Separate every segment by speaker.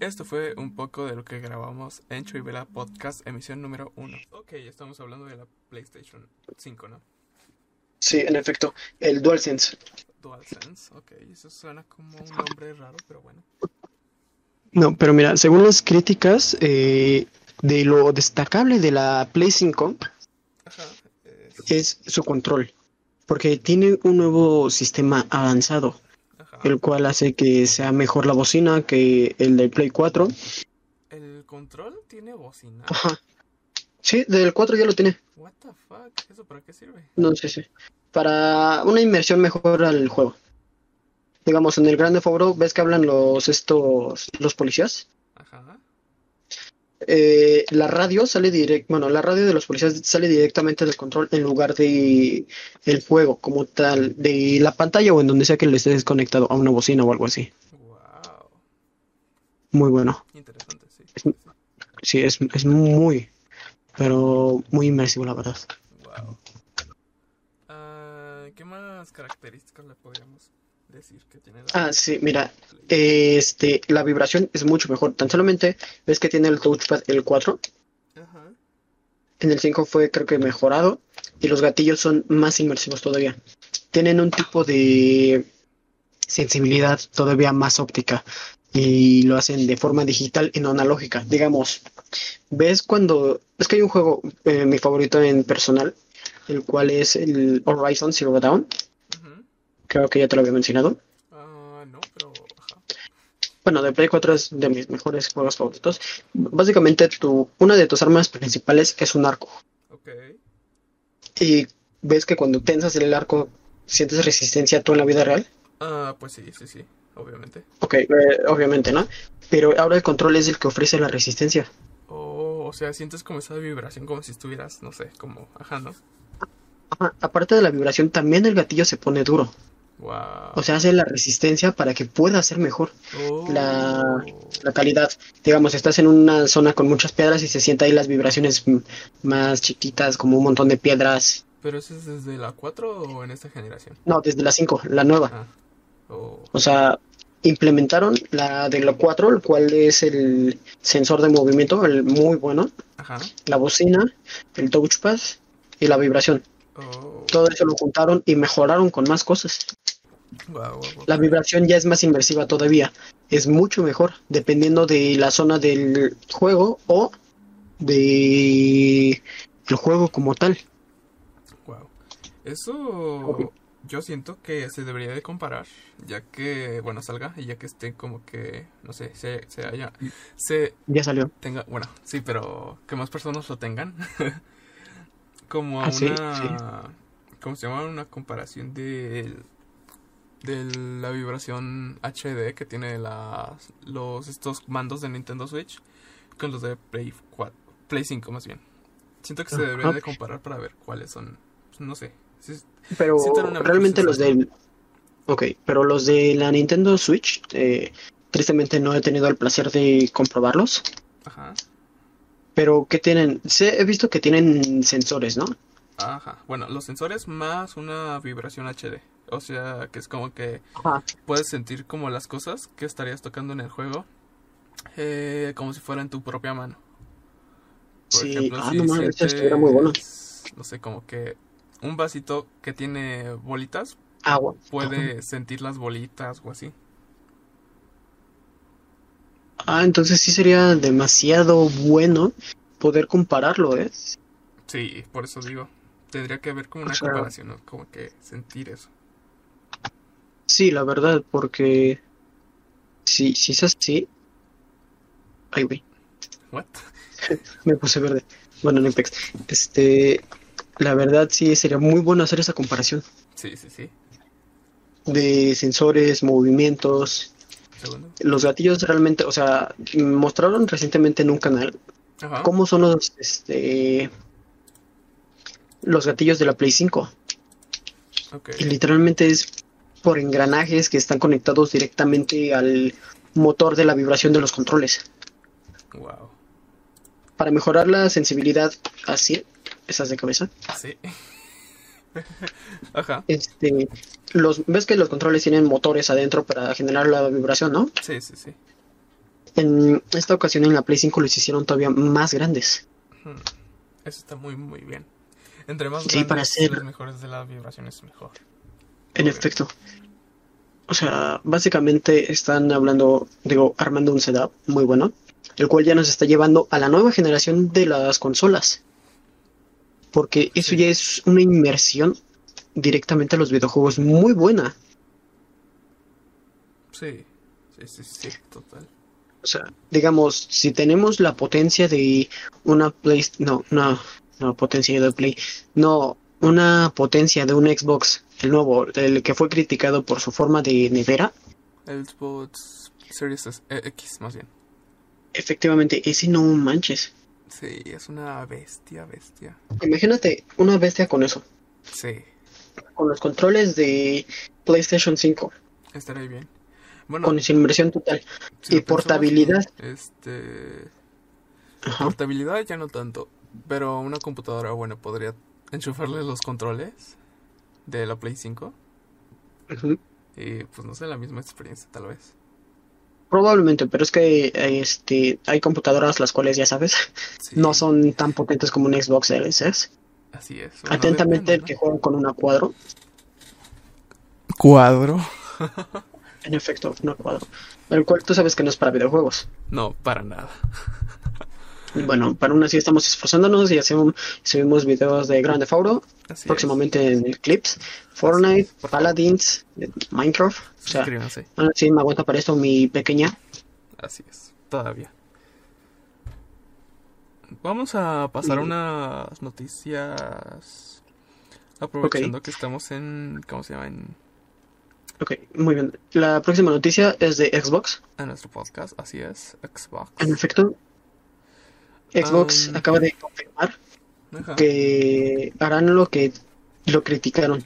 Speaker 1: Esto fue un poco de lo que grabamos en Chuivela Podcast, emisión número 1. Ok, estamos hablando de la PlayStation 5, ¿no?
Speaker 2: Sí, en efecto, el DualSense.
Speaker 1: DualSense, ok, eso suena como un nombre raro, pero bueno.
Speaker 2: No, pero mira, según las críticas, eh, de lo destacable de la Play 5
Speaker 1: Ajá, es-
Speaker 2: es su control, porque tiene un nuevo sistema avanzado,
Speaker 1: ajá.
Speaker 2: el cual hace que sea mejor la bocina que el del Play 4.
Speaker 1: El control tiene bocina.
Speaker 2: Ajá. Sí, del 4 ya lo tiene.
Speaker 1: What the fuck? ¿Eso para qué sirve?
Speaker 2: No sé, sí. Para una inmersión mejor al juego. Digamos, en el Grande Foro, ¿ves que hablan los estos los policías?
Speaker 1: Ajá.
Speaker 2: Eh, la radio sale directo, bueno, la radio de los policías sale directamente del control en lugar de el juego como tal, de la pantalla o en donde sea que le esté desconectado a una bocina o algo así.
Speaker 1: Wow.
Speaker 2: Muy bueno.
Speaker 1: Interesante, sí.
Speaker 2: Es- Sí, es, es muy, pero muy inmersivo, la verdad.
Speaker 1: Wow. Ah, ¿Qué más características le podríamos decir que tiene la
Speaker 2: Ah, sí, mira,
Speaker 1: Play?
Speaker 2: este, la vibración es mucho mejor. Tan solamente ves que tiene el touchpad el 4,
Speaker 1: Ajá.
Speaker 2: en el 5 fue creo que mejorado y los gatillos son más inmersivos todavía. Tienen un tipo de sensibilidad todavía más óptica y lo hacen de forma digital y no analógica. Digamos, ves cuando es que hay un juego eh, mi favorito en personal, el cual es el Horizon Zero Dawn,
Speaker 1: Ujú.
Speaker 2: creo que ya te lo había mencionado.
Speaker 1: Ah, no, pero. Ajá.
Speaker 2: Bueno, de Play 4 es de mis mejores juegos favoritos. Básicamente, tu, una de tus armas principales es un arco.
Speaker 1: Ok.
Speaker 2: Y ves que cuando tensas el arco, sientes resistencia tú en la vida real.
Speaker 1: Ah, pues sí, sí, sí. Obviamente.
Speaker 2: Ok, eh, obviamente, ¿no? Pero ahora el control es el que ofrece la resistencia.
Speaker 1: Oh, o sea, sientes como esa vibración como si estuvieras, no sé, como. Ajá, ¿no?
Speaker 2: Ajá, aparte de la vibración, también el gatillo se pone duro.
Speaker 1: Wow.
Speaker 2: O sea, hace la resistencia para que pueda ser mejor
Speaker 1: Oh.
Speaker 2: la- la calidad. Digamos, estás en una zona con muchas piedras y se sienta ahí las vibraciones mm, más chiquitas, como un montón de piedras.
Speaker 1: Pero eso es desde la 4 o en esta generación.
Speaker 2: No, desde la 5, la nueva.
Speaker 1: Ah. Oh.
Speaker 2: O sea, implementaron la de la 4, el cual es el sensor de movimiento, el muy bueno,
Speaker 1: Ajá.
Speaker 2: la bocina, el touchpad y la vibración.
Speaker 1: Oh.
Speaker 2: Todo eso lo juntaron y mejoraron con más cosas.
Speaker 1: Wow, wow, wow.
Speaker 2: La vibración ya es más inmersiva todavía. Es mucho mejor, dependiendo de la zona del juego o de el juego como tal.
Speaker 1: Wow. Eso yo siento que se debería de comparar, ya que, bueno, salga y ya que esté como que, no sé, se, se haya, se
Speaker 2: Ya salió.
Speaker 1: tenga, bueno, sí, pero que más personas lo tengan. Como a
Speaker 2: Ah, sí,
Speaker 1: una, ¿cómo se llama? Una comparación de, de la vibración HD que tiene las, los, estos mandos de Nintendo Switch con los de Play 4, Play 5 más bien. Siento que
Speaker 2: Ah,
Speaker 1: se debería de comparar para ver cuáles son, pues, no sé, si-
Speaker 2: Pero
Speaker 1: Sí, tiene una mejor
Speaker 2: realmente los
Speaker 1: sensación.
Speaker 2: del... Ok, pero los de la Nintendo Switch, eh, tristemente no he tenido el placer de comprobarlos.
Speaker 1: Ajá,
Speaker 2: Pero ¿qué tienen? Sé- he visto que tienen sensores, ¿no?
Speaker 1: ajá. Bueno, los sensores más una vibración HD. O sea, que es como que
Speaker 2: Ajá.
Speaker 1: puedes sentir como las cosas que estarías tocando en el juego, eh, como si fuera en tu propia mano. Por
Speaker 2: Sí,
Speaker 1: ejemplo,
Speaker 2: ah,
Speaker 1: si
Speaker 2: no mames, eso estuviera muy bueno.
Speaker 1: sientes, no sé, como que un vasito que tiene bolitas
Speaker 2: Agua.
Speaker 1: puede sentir las bolitas o así.
Speaker 2: Ah, entonces sí sería demasiado bueno poder compararlo, ¿eh?
Speaker 1: Sí, por eso digo, tendría que haber como
Speaker 2: O
Speaker 1: una
Speaker 2: sea,
Speaker 1: comparación, ¿no? Como que sentir eso.
Speaker 2: Sí, la verdad, porque si, si es así... Ay, güey,
Speaker 1: ¿What?
Speaker 2: me puse verde. Bueno, no importa. Este, la verdad sí sería muy bueno hacer esa comparación.
Speaker 1: Sí, sí, sí.
Speaker 2: de sensores, movimientos.
Speaker 1: Segundo.
Speaker 2: Los gatillos realmente, o sea, mostraron recientemente en un canal
Speaker 1: Ajá.
Speaker 2: cómo son los, este, los gatillos de la Play 5.
Speaker 1: Ok.
Speaker 2: Y literalmente es por engranajes que están conectados directamente al motor de la vibración de los controles.
Speaker 1: Wow.
Speaker 2: Para mejorar la sensibilidad así, esas de cabeza,
Speaker 1: Sí. Ajá.
Speaker 2: este, los, ves que los controles tienen motores adentro para generar la vibración, ¿no?
Speaker 1: Sí, sí, sí.
Speaker 2: En esta ocasión en la Play 5 los hicieron todavía más grandes.
Speaker 1: Hmm. Eso está muy, muy bien. Entre más
Speaker 2: Sí,
Speaker 1: grandes,
Speaker 2: para hacer-
Speaker 1: las mejores de las vibraciones, mejor.
Speaker 2: En
Speaker 1: Ok.
Speaker 2: efecto. O sea, básicamente están hablando, digo, armando un setup muy bueno, el cual ya nos está llevando a la nueva generación de las consolas. Porque eso
Speaker 1: Sí.
Speaker 2: ya es una inmersión directamente a los videojuegos muy buena.
Speaker 1: Sí, sí, sí, sí, total.
Speaker 2: O sea, digamos, si tenemos la potencia de una Play, no, no, no, potencia de Play, no, una potencia de un Xbox, el nuevo, el que fue criticado por su forma de nevera,
Speaker 1: El Xbox Series S- eh, X, más bien.
Speaker 2: efectivamente, ese no manches.
Speaker 1: Sí, es una bestia, bestia.
Speaker 2: Imagínate una bestia con eso,
Speaker 1: Sí,
Speaker 2: con los controles de PlayStation 5,
Speaker 1: estará ahí bien. Bueno,
Speaker 2: con su inversión total.
Speaker 1: si
Speaker 2: y
Speaker 1: lo pensamos
Speaker 2: portabilidad.
Speaker 1: bien, Este.
Speaker 2: Ajá.
Speaker 1: Portabilidad ya no tanto. Pero una computadora, bueno, podría enchufarle los controles de la Play 5.
Speaker 2: Ujú.
Speaker 1: Y pues no sé, la misma experiencia, tal vez.
Speaker 2: Probablemente, pero es que este, hay computadoras las cuales ya sabes,
Speaker 1: Sí,
Speaker 2: no son tan potentes como un Xbox Series X.
Speaker 1: Así es. Bueno,
Speaker 2: Atentamente el
Speaker 1: depende,
Speaker 2: que juega con una cuadro,
Speaker 1: ¿no? Cuadro.
Speaker 2: en efecto, una cuadro, el cual tú sabes que no es para videojuegos.
Speaker 1: No, para nada.
Speaker 2: Y Bueno, para aún así estamos esforzándonos y hacemos, subimos videos de Grande Fauro,
Speaker 1: Así
Speaker 2: próximamente en Clips, Fortnite, Paladins, Minecraft,
Speaker 1: es.
Speaker 2: o sea,
Speaker 1: Suscríbanse.
Speaker 2: Ahora sí me aguanta para esto mi pequeña.
Speaker 1: Así es. Todavía. Vamos a pasar a
Speaker 2: Y-
Speaker 1: unas noticias. Aprovechando que estamos en. ¿Cómo se llama? En,
Speaker 2: Ok, muy bien. La próxima noticia es de Xbox.
Speaker 1: en nuestro podcast. Así es. Xbox.
Speaker 2: En efecto, Xbox
Speaker 1: Um,
Speaker 2: acaba de confirmar
Speaker 1: Ajá.
Speaker 2: que harán lo que lo criticaron.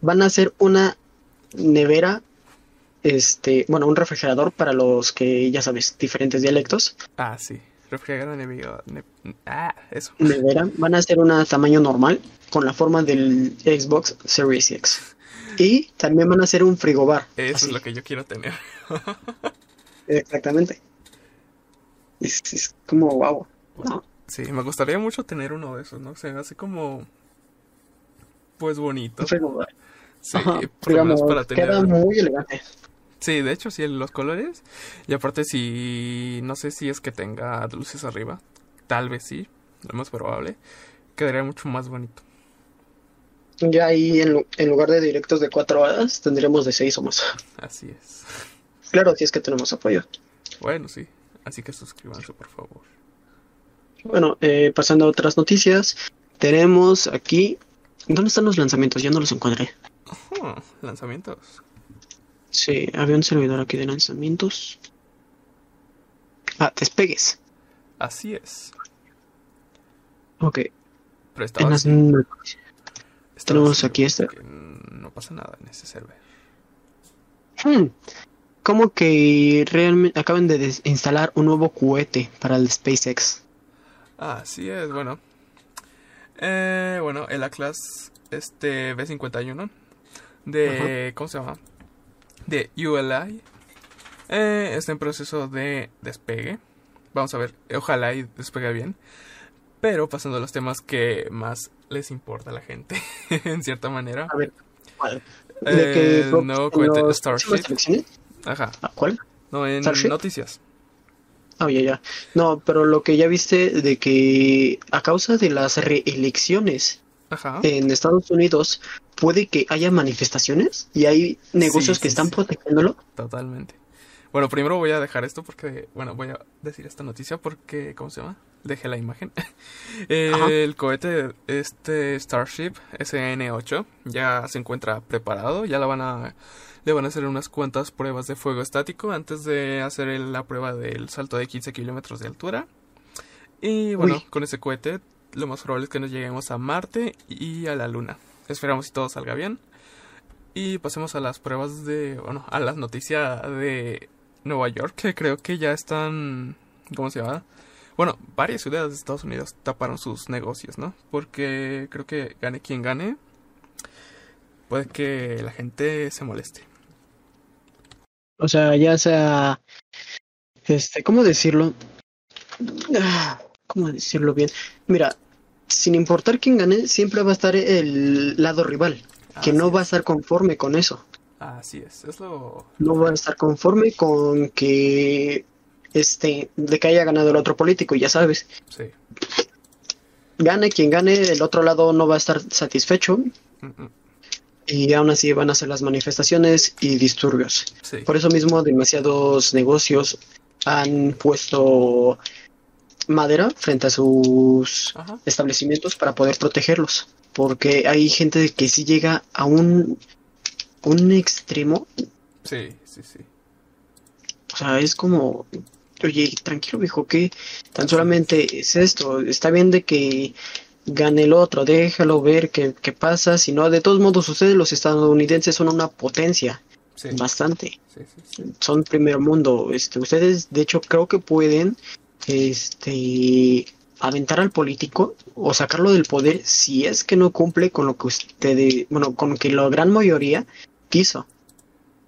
Speaker 2: Van a hacer una nevera, este, bueno, un refrigerador para los que ya sabes, diferentes dialectos.
Speaker 1: Ah, sí. Refrigerar enemigo. ne- ah, eso.
Speaker 2: Nevera, van a hacer una tamaño normal con la forma del Xbox Series X. Y también van a hacer un frigobar.
Speaker 1: Eso
Speaker 2: así.
Speaker 1: es lo que yo quiero tener.
Speaker 2: Exactamente. Es, es como wow. No,
Speaker 1: Sí, me gustaría mucho tener uno de esos, ¿no? Se me hace como. Pues bonito.
Speaker 2: frigobar.
Speaker 1: Sí,
Speaker 2: Ajá,
Speaker 1: por lo menos
Speaker 2: digamos,
Speaker 1: para tener.
Speaker 2: queda muy elegante.
Speaker 1: Sí, de hecho, sí, los colores. Y aparte, si. No sé si es que tenga luces arriba. Tal vez sí, lo más probable. Quedaría mucho más bonito.
Speaker 2: Ya ahí en, lu- en lugar de directos de cuatro horas tendremos de seis o más.
Speaker 1: Así es.
Speaker 2: Claro, si es que tenemos apoyo.
Speaker 1: Bueno, sí. Así que suscríbanse, por favor.
Speaker 2: Bueno, eh, pasando a otras noticias, tenemos aquí. ¿Dónde están los lanzamientos? Ya no los encuadré.
Speaker 1: Oh, lanzamientos.
Speaker 2: Sí, había un servidor aquí de lanzamientos. Ah, despegues.
Speaker 1: Así es.
Speaker 2: Ok,
Speaker 1: Pero
Speaker 2: en
Speaker 1: estaba.
Speaker 2: las-
Speaker 1: estaba
Speaker 2: tenemos
Speaker 1: seguro
Speaker 2: aquí este.
Speaker 1: que No pasa nada en ese server.
Speaker 2: Hmm, Como que realmente acaban de des- instalar un nuevo cohete para el SpaceX?
Speaker 1: Así es, bueno. Eh, bueno, el Atlas este B51 de ¿cómo se llama? De ULI eh, está en proceso de despegue. Vamos a ver, ojalá y despegue bien. Pero pasando a los temas que más les importa a la gente, en cierta manera.
Speaker 2: A ver, ¿cuál?
Speaker 1: Eh,
Speaker 2: ¿De que Xbox
Speaker 1: no,
Speaker 2: en
Speaker 1: cohete,
Speaker 2: las
Speaker 1: Starship.
Speaker 2: próximas elecciones?
Speaker 1: Ajá.
Speaker 2: Ah, ¿Cuál?
Speaker 1: No, en
Speaker 2: ¿Starship?
Speaker 1: noticias.
Speaker 2: Ah, ya, ya. No, pero lo que ya viste de que a causa de las reelecciones
Speaker 1: Ajá.
Speaker 2: en Estados Unidos puede que haya manifestaciones y hay negocios
Speaker 1: Sí,
Speaker 2: que
Speaker 1: sí,
Speaker 2: están
Speaker 1: sí.
Speaker 2: protegiéndolo.
Speaker 1: Totalmente. Bueno, primero voy a dejar esto porque, bueno, voy a decir esta noticia porque, ¿cómo se llama? Dejé la imagen. Eh,
Speaker 2: Ajá.
Speaker 1: el cohete, este Starship SN8, ya se encuentra preparado, ya la van a, le van a hacer unas cuantas pruebas de fuego estático antes de hacer el- la prueba del salto de 15 kilómetros de altura. Y bueno,
Speaker 2: Uy.
Speaker 1: con ese cohete, lo más probable es que nos lleguemos a Marte y a la Luna. Esperamos si todo salga bien. Y pasemos a las pruebas de, bueno, a las noticias de Nueva York, que creo que ya están, ¿cómo se llama? Bueno, varias ciudades de Estados Unidos taparon sus negocios, ¿no? Porque creo que gane quien gane, puede que la gente se moleste.
Speaker 2: O sea, ya sea Este, ¿cómo decirlo? Ah, ¿Cómo decirlo bien? Mira, sin importar quién gane, siempre va a estar el lado rival, que
Speaker 1: Así
Speaker 2: no va a
Speaker 1: es.
Speaker 2: estar conforme con eso.
Speaker 1: Así es, es lo...
Speaker 2: No va a estar conforme con que este de que haya ganado el otro político, y ya sabes,
Speaker 1: Sí.
Speaker 2: gane quien gane, el otro lado no va a estar satisfecho
Speaker 1: Mm, mm,
Speaker 2: y aún así van a hacer las manifestaciones y disturbios.
Speaker 1: Sí.
Speaker 2: Por eso mismo demasiados negocios han puesto madera frente a sus
Speaker 1: Ajá.
Speaker 2: establecimientos para poder protegerlos. Porque hay gente que sí llega a un, un extremo.
Speaker 1: Sí, sí, sí.
Speaker 2: O sea, es como, oye, tranquilo, viejo, que tan solamente es esto. Está bien de que gane el otro, déjalo ver qué, qué pasa. Si no, de todos modos, ustedes los estadounidenses son una potencia,
Speaker 1: Sí,
Speaker 2: bastante.
Speaker 1: sí, sí, sí.
Speaker 2: son primer mundo. Este, ustedes, de hecho, creo que pueden este, aventar al político o sacarlo del poder si es que no cumple con lo que ustedes, bueno, con lo que la gran mayoría quiso.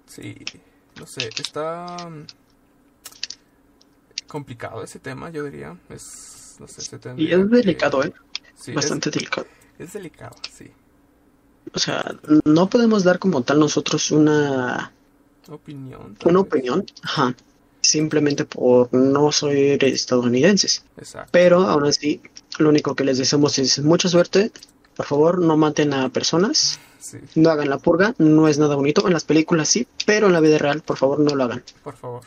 Speaker 1: Sí, no sé, está mm, complicado ese tema, yo diría. Es, no sé, se
Speaker 2: Y
Speaker 1: tendría
Speaker 2: es
Speaker 1: que-
Speaker 2: delicado, ¿eh?
Speaker 1: Sí, es-
Speaker 2: Bastante delicado.
Speaker 1: Es, delicado, sí.
Speaker 2: O sea, no podemos dar como tal nosotros una,
Speaker 1: Opinión. tal
Speaker 2: una
Speaker 1: vez.
Speaker 2: opinión, ajá, simplemente por no ser estadounidenses.
Speaker 1: Exacto.
Speaker 2: Pero aún así, lo único que les deseamos es mucha suerte. Por favor, no maten a personas.
Speaker 1: Sí,
Speaker 2: No hagan la purga, no es nada bonito. En las películas sí, pero en la vida real, por favor, no lo hagan.
Speaker 1: por favor.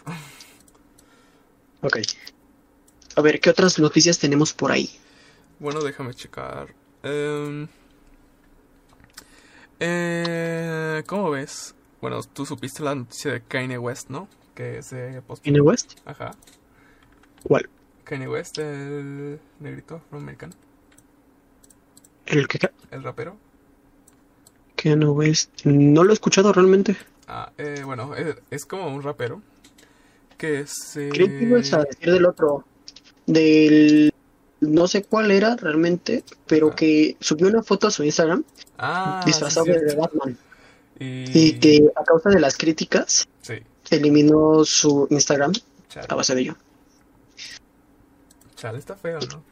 Speaker 2: Ok. A ver, ¿qué otras noticias tenemos por ahí?
Speaker 1: Bueno, déjame checar. Em, eh, ¿cómo ves? Bueno, tú supiste la noticia de Kanye West, ¿no? Que se
Speaker 2: ¿En
Speaker 1: postuló.
Speaker 2: el West?
Speaker 1: Ajá.
Speaker 2: ¿Cuál?
Speaker 1: Kanye West, el negrito afroamericano,
Speaker 2: ¿El que
Speaker 1: el rapero.
Speaker 2: que no West? No lo he escuchado realmente.
Speaker 1: Ah, eh, bueno, eh, es como un rapero que se...
Speaker 2: Creí que ibas a decir del otro. Del. No sé cuál era realmente, pero
Speaker 1: Ajá.
Speaker 2: que subió una foto a su Instagram
Speaker 1: Ah, sí,
Speaker 2: disfrazado
Speaker 1: cierto.
Speaker 2: de Batman.
Speaker 1: Y...
Speaker 2: Y que a causa de las críticas
Speaker 1: Sí,
Speaker 2: eliminó su Instagram
Speaker 1: chale,
Speaker 2: a base de ello.
Speaker 1: chale, está feo, ¿no?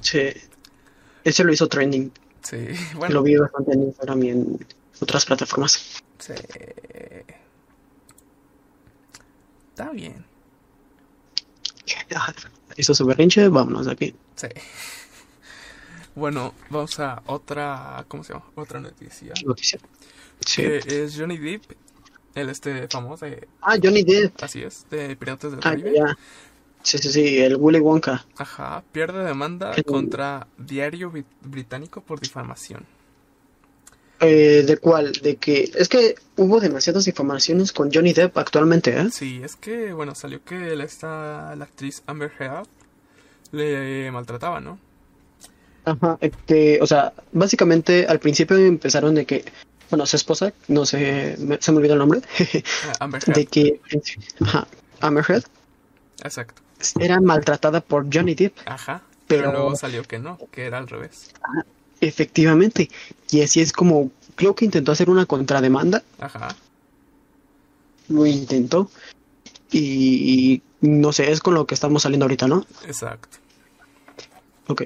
Speaker 2: Sí. Ese lo hizo trending.
Speaker 1: Sí,
Speaker 2: Lo
Speaker 1: bueno,
Speaker 2: vi bastante en Instagram y en otras plataformas.
Speaker 1: sí. Está bien,
Speaker 2: Hizo su berrinche, vámonos de aquí.
Speaker 1: sí. Bueno, vamos a otra, ¿cómo se llama? Otra noticia.
Speaker 2: Noticia. Sí.
Speaker 1: Que es Johnny Depp, el este famoso, de-
Speaker 2: Ah, Johnny Depp.
Speaker 1: así es, de Piratas del
Speaker 2: Ah,
Speaker 1: Caribe.
Speaker 2: ya. Sí, sí, sí, el Willy Wonka.
Speaker 1: Ajá, pierde demanda
Speaker 2: Que-
Speaker 1: contra Diario Bri- Británico por difamación.
Speaker 2: Eh, ¿de cuál? De que. Es que hubo demasiadas informaciones con Johnny Depp actualmente, ¿eh?
Speaker 1: Sí, es que, bueno, salió que la, esta, la actriz Amber Heard le maltrataba, ¿no?
Speaker 2: Ajá. eh, que, o sea, básicamente al principio empezaron de que. Bueno, su esposa, no sé, me- se me olvidó el nombre.
Speaker 1: Ah, Amber Heard,
Speaker 2: de que. Ajá. Amber Heard
Speaker 1: exacto.
Speaker 2: era maltratada por Johnny Depp.
Speaker 1: Ajá, pero
Speaker 2: Pero-
Speaker 1: luego salió que no, que era al revés.
Speaker 2: Efectivamente. Y así es como creo que intentó hacer una contrademanda,
Speaker 1: Ajá,
Speaker 2: lo intentó y, y no sé, es con lo que estamos saliendo ahorita, ¿no?
Speaker 1: exacto.
Speaker 2: Ok.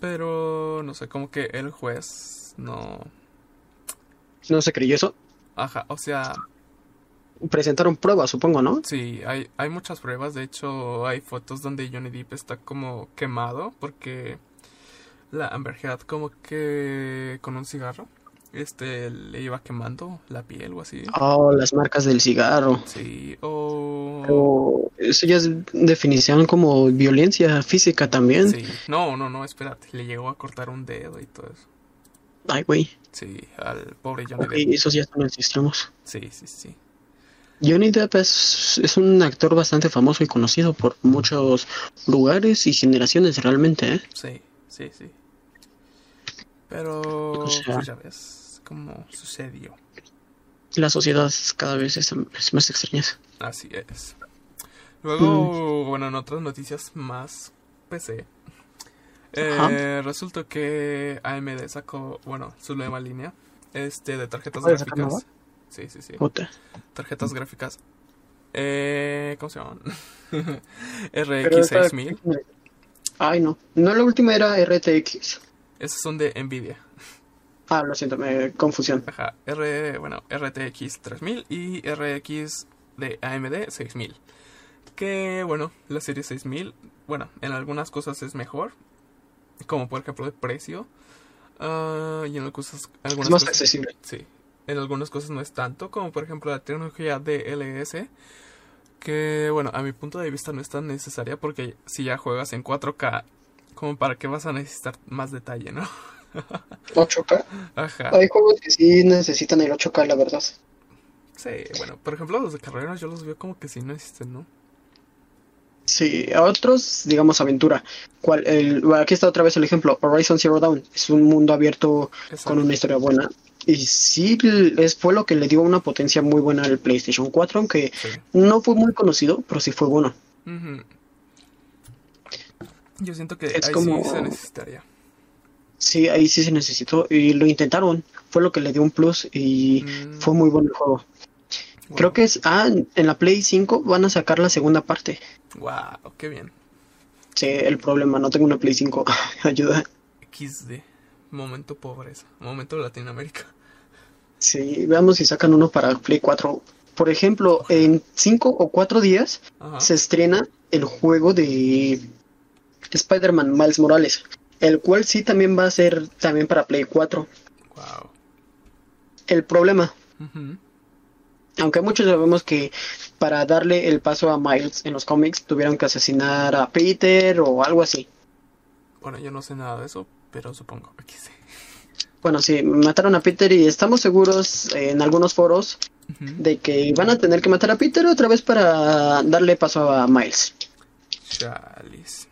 Speaker 1: Pero, no sé, como que el juez no...
Speaker 2: No se creyó eso.
Speaker 1: Ajá, o sea,
Speaker 2: Presentaron pruebas, supongo, ¿no?
Speaker 1: sí, hay, hay muchas pruebas. De hecho, hay fotos donde Johnny Depp está como quemado porque la Amber Heard como que con un cigarro, este, le iba quemando la piel o así.
Speaker 2: Oh, las marcas del cigarro.
Speaker 1: Sí, o...
Speaker 2: Pero eso ya es definición como violencia física también.
Speaker 1: Sí, no, no, no, espérate, le llegó a cortar un dedo y todo eso.
Speaker 2: Ay, güey.
Speaker 1: Sí, al pobre Johnny
Speaker 2: Ok,
Speaker 1: Depp.
Speaker 2: esos ya son los extremos.
Speaker 1: Sí, sí, sí.
Speaker 2: Johnny Depp es, es un actor bastante famoso y conocido por muchos lugares y generaciones realmente, ¿eh?
Speaker 1: Sí, sí, sí. Pero,
Speaker 2: O sea-
Speaker 1: pues ya ves cómo sucedió.
Speaker 2: La sociedad cada vez es, es más extraña.
Speaker 1: Así es.
Speaker 2: Mm.
Speaker 1: Luego, bueno, en otras noticias más PC. Eh, resulta que AMD sacó, bueno, su nueva línea este, de tarjetas
Speaker 2: ¿Acaba de sacar
Speaker 1: gráficas. Sí, sí, sí.
Speaker 2: Puta.
Speaker 1: Tarjetas gráficas Eh, ¿Cómo se llaman?
Speaker 2: Pero
Speaker 1: RX
Speaker 2: esta-
Speaker 1: 6000.
Speaker 2: Ay, no. No, la última era RTX.
Speaker 1: Esos son de Nvidia.
Speaker 2: Ah, lo siento, me confusión.
Speaker 1: Ajá, R, bueno, RTX 3000 y RX de AMD 6000. Que bueno, la serie 6000, bueno, en algunas cosas es mejor, como por ejemplo el precio. ah, y en algunas cosas, algunas
Speaker 2: Es más
Speaker 1: cosas-
Speaker 2: accesible.
Speaker 1: sí, en algunas cosas no es tanto, como por ejemplo la tecnología DLS. Que bueno, a mi punto de vista no es tan necesaria porque si ya juegas en 4K, como para qué vas a necesitar más detalle, ¿no?
Speaker 2: 8K.
Speaker 1: Ajá.
Speaker 2: Hay juegos que sí necesitan el 8K, la verdad.
Speaker 1: Sí, bueno, por ejemplo, los de carreras yo los veo como que sí no existen, ¿no?
Speaker 2: Sí, a otros, digamos, aventura. ¿Cuál, el, bueno, aquí está otra vez el ejemplo. Horizon Zero Dawn es un mundo abierto
Speaker 1: Exacto.
Speaker 2: con una historia buena. Y sí, es, fue lo que le dio una potencia muy buena al PlayStation 4, aunque
Speaker 1: Sí.
Speaker 2: no fue muy conocido, pero sí fue bueno.
Speaker 1: Ujú. Yo siento que
Speaker 2: Es
Speaker 1: ahí
Speaker 2: como-
Speaker 1: sí se necesitaría.
Speaker 2: Sí, ahí sí se necesitó y lo intentaron. Fue lo que le dio un plus y
Speaker 1: Mm,
Speaker 2: fue muy bueno el juego.
Speaker 1: wow.
Speaker 2: Creo que es. Ah, en la Play 5 van a sacar la segunda parte.
Speaker 1: Wow, qué bien.
Speaker 2: Sí, el problema, no tengo una Play 5. Ayuda.
Speaker 1: XD. Momento pobreza. Momento Latinoamérica.
Speaker 2: Sí, veamos si sacan uno para Play 4. Por ejemplo, en 5 o 4 días
Speaker 1: Ajá.
Speaker 2: se estrena el juego de Spider-Man Miles Morales, el cual sí también va a ser también para Play 4.
Speaker 1: Wow.
Speaker 2: El problema,
Speaker 1: Ujú.
Speaker 2: aunque muchos sabemos que para darle el paso a Miles en los cómics tuvieron que asesinar a Peter o algo así.
Speaker 1: Bueno, yo no sé nada de eso, pero supongo. XD.
Speaker 2: Bueno, sí, mataron a Peter y estamos seguros eh, en algunos foros
Speaker 1: Ujú.
Speaker 2: de que van a tener que matar a Peter otra vez para darle paso a Miles.
Speaker 1: Chales.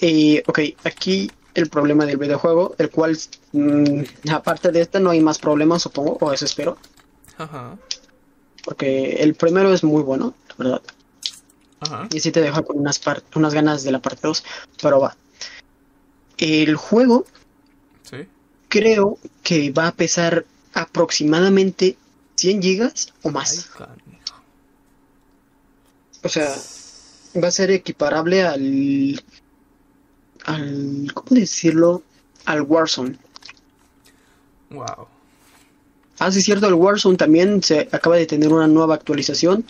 Speaker 2: Y, ok, aquí el problema del videojuego, el cual, mm, aparte de este, no hay más problemas, supongo, o eso espero,
Speaker 1: Ajá.
Speaker 2: porque el primero es muy bueno, la verdad,
Speaker 1: Ajá.
Speaker 2: y sí te deja con unas, par- unas ganas de la parte 2, pero va. El juego
Speaker 1: Sí.
Speaker 2: creo que va a pesar aproximadamente 100 gigas o
Speaker 1: Ay,
Speaker 2: más.
Speaker 1: canijo.
Speaker 2: O sea, va a ser equiparable al, al, ¿cómo decirlo? Al Warzone.
Speaker 1: Wow.
Speaker 2: Ah, sí, es cierto, el Warzone también se acaba de tener una nueva actualización,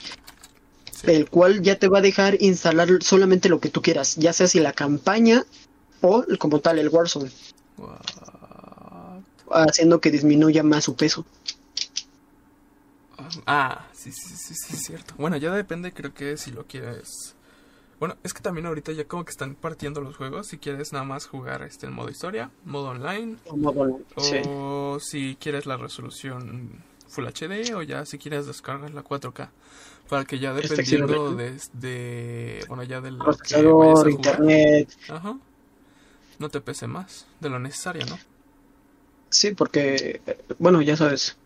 Speaker 1: Sí.
Speaker 2: el cual ya te va a dejar instalar solamente lo que tú quieras, ya sea si la campaña o como tal el Warzone,
Speaker 1: What?
Speaker 2: haciendo que disminuya más su peso.
Speaker 1: Ah, sí, sí, sí, sí, es cierto. Bueno, ya depende, creo que si lo quieres. Bueno, es que también ahorita ya como que están partiendo los juegos. Si quieres nada más jugar este en modo historia, modo online,
Speaker 2: Como, bueno,
Speaker 1: Oh,
Speaker 2: sí.
Speaker 1: o si quieres la resolución Full HD, o ya si quieres descargas la 4K. Para que ya
Speaker 2: Es
Speaker 1: dependiendo de, de- Bueno, ya de lo que vayas
Speaker 2: Procesador,
Speaker 1: a jugar,
Speaker 2: internet.
Speaker 1: ajá, no te pese más de lo necesario, ¿no?
Speaker 2: Sí, porque, eh, bueno, ya sabes.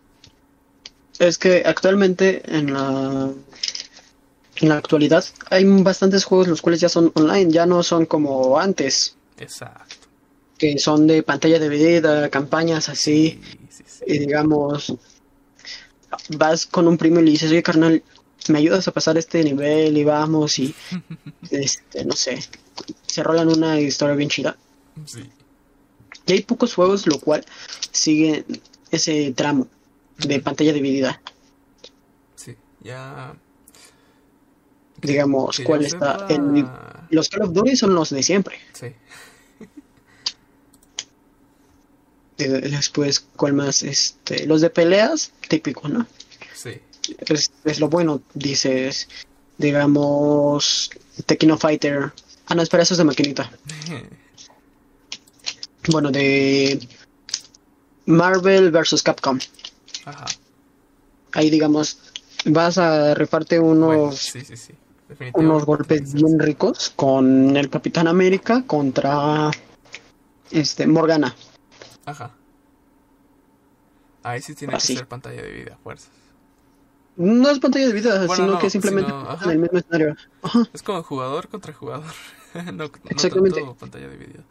Speaker 2: Es que actualmente en la, en la actualidad hay bastantes juegos los cuales ya son online, ya no son como antes,
Speaker 1: Exacto.
Speaker 2: que son de pantalla dividida, campañas así.
Speaker 1: sí, sí.
Speaker 2: y digamos, vas con un primo y le dices, oye, carnal, ¿me ayudas a pasar este nivel? Y vamos, y, este, no sé, se rolan una historia bien chida.
Speaker 1: Sí.
Speaker 2: Y hay pocos juegos, lo cual sigue ese tramo de pantalla dividida.
Speaker 1: Sí, ya.
Speaker 2: Digamos,
Speaker 1: que yo
Speaker 2: ¿cuál está?
Speaker 1: sepa-
Speaker 2: El- los Call of Duty son los de siempre.
Speaker 1: Sí,
Speaker 2: De- Después, ¿cuál más? Este, los de peleas, típico, ¿no?
Speaker 1: sí.
Speaker 2: es, es lo bueno, dices, digamos, Tequino Fighter. Ah, no, espera, eso es de maquinita. Bueno, de Marvel vs. Capcom.
Speaker 1: Ajá.
Speaker 2: Ahí, digamos, vas a rifarte unos,
Speaker 1: Bueno, sí, sí, sí. Definitivamente.
Speaker 2: unos golpes bien ricos con el Capitán América contra este Morgana.
Speaker 1: Ajá. Ahí sí tiene
Speaker 2: Así.
Speaker 1: que ser pantalla de vida, fuerzas.
Speaker 2: No es pantalla de vida,
Speaker 1: Bueno,
Speaker 2: sino
Speaker 1: no,
Speaker 2: que simplemente
Speaker 1: sino- ajá.
Speaker 2: en el mismo escenario. Ajá.
Speaker 1: Es como jugador contra jugador. no, no
Speaker 2: Exactamente.
Speaker 1: tanto pantalla dividida.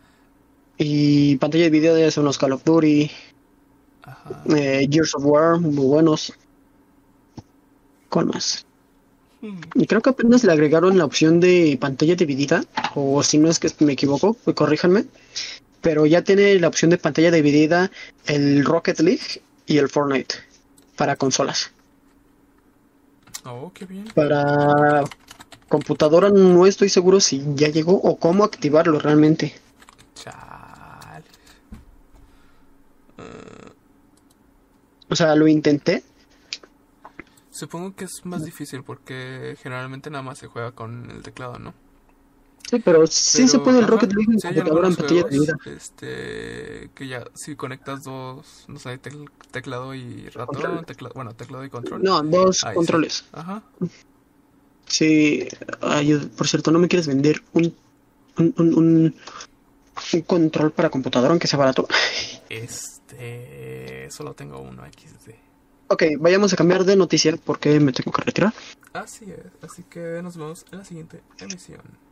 Speaker 2: Y pantalla de video son los Call of Duty,
Speaker 1: Ajá.
Speaker 2: eh, Gears of War, muy buenos. ¿Cuál más?
Speaker 1: Mm,
Speaker 2: Y creo que apenas le agregaron la opción de pantalla dividida, o si no es que me equivoco, pues corríjanme. Pero ya tiene la opción de pantalla dividida el Rocket League y el Fortnite para consolas.
Speaker 1: Oh, qué bien.
Speaker 2: Para computadora no estoy seguro si ya llegó o cómo activarlo realmente.
Speaker 1: Chale. Eh,
Speaker 2: O sea, lo intenté.
Speaker 1: supongo que es más difícil porque generalmente nada más se juega con el teclado, ¿no?
Speaker 2: Sí, pero sí se
Speaker 1: Pero,
Speaker 2: puede el
Speaker 1: ajá,
Speaker 2: Rocket League en
Speaker 1: sí hay
Speaker 2: computadora en
Speaker 1: algunos
Speaker 2: pantalla
Speaker 1: juegos,
Speaker 2: dividida.
Speaker 1: este, que ya si conectas dos, no sé, tec- teclado y ratón,
Speaker 2: Control.
Speaker 1: tecla- bueno, teclado y control, Ah,
Speaker 2: No, dos
Speaker 1: ahí sí.
Speaker 2: controles.
Speaker 1: Ajá.
Speaker 2: Sí, ay, por cierto, ¿no me quieres vender un, un, un, un- un control para computadora, aunque sea barato?
Speaker 1: Este, solo tengo uno XD.
Speaker 2: Ok, vayamos a cambiar de noticia porque me tengo que retirar.
Speaker 1: Así es, así que nos vemos en la siguiente emisión.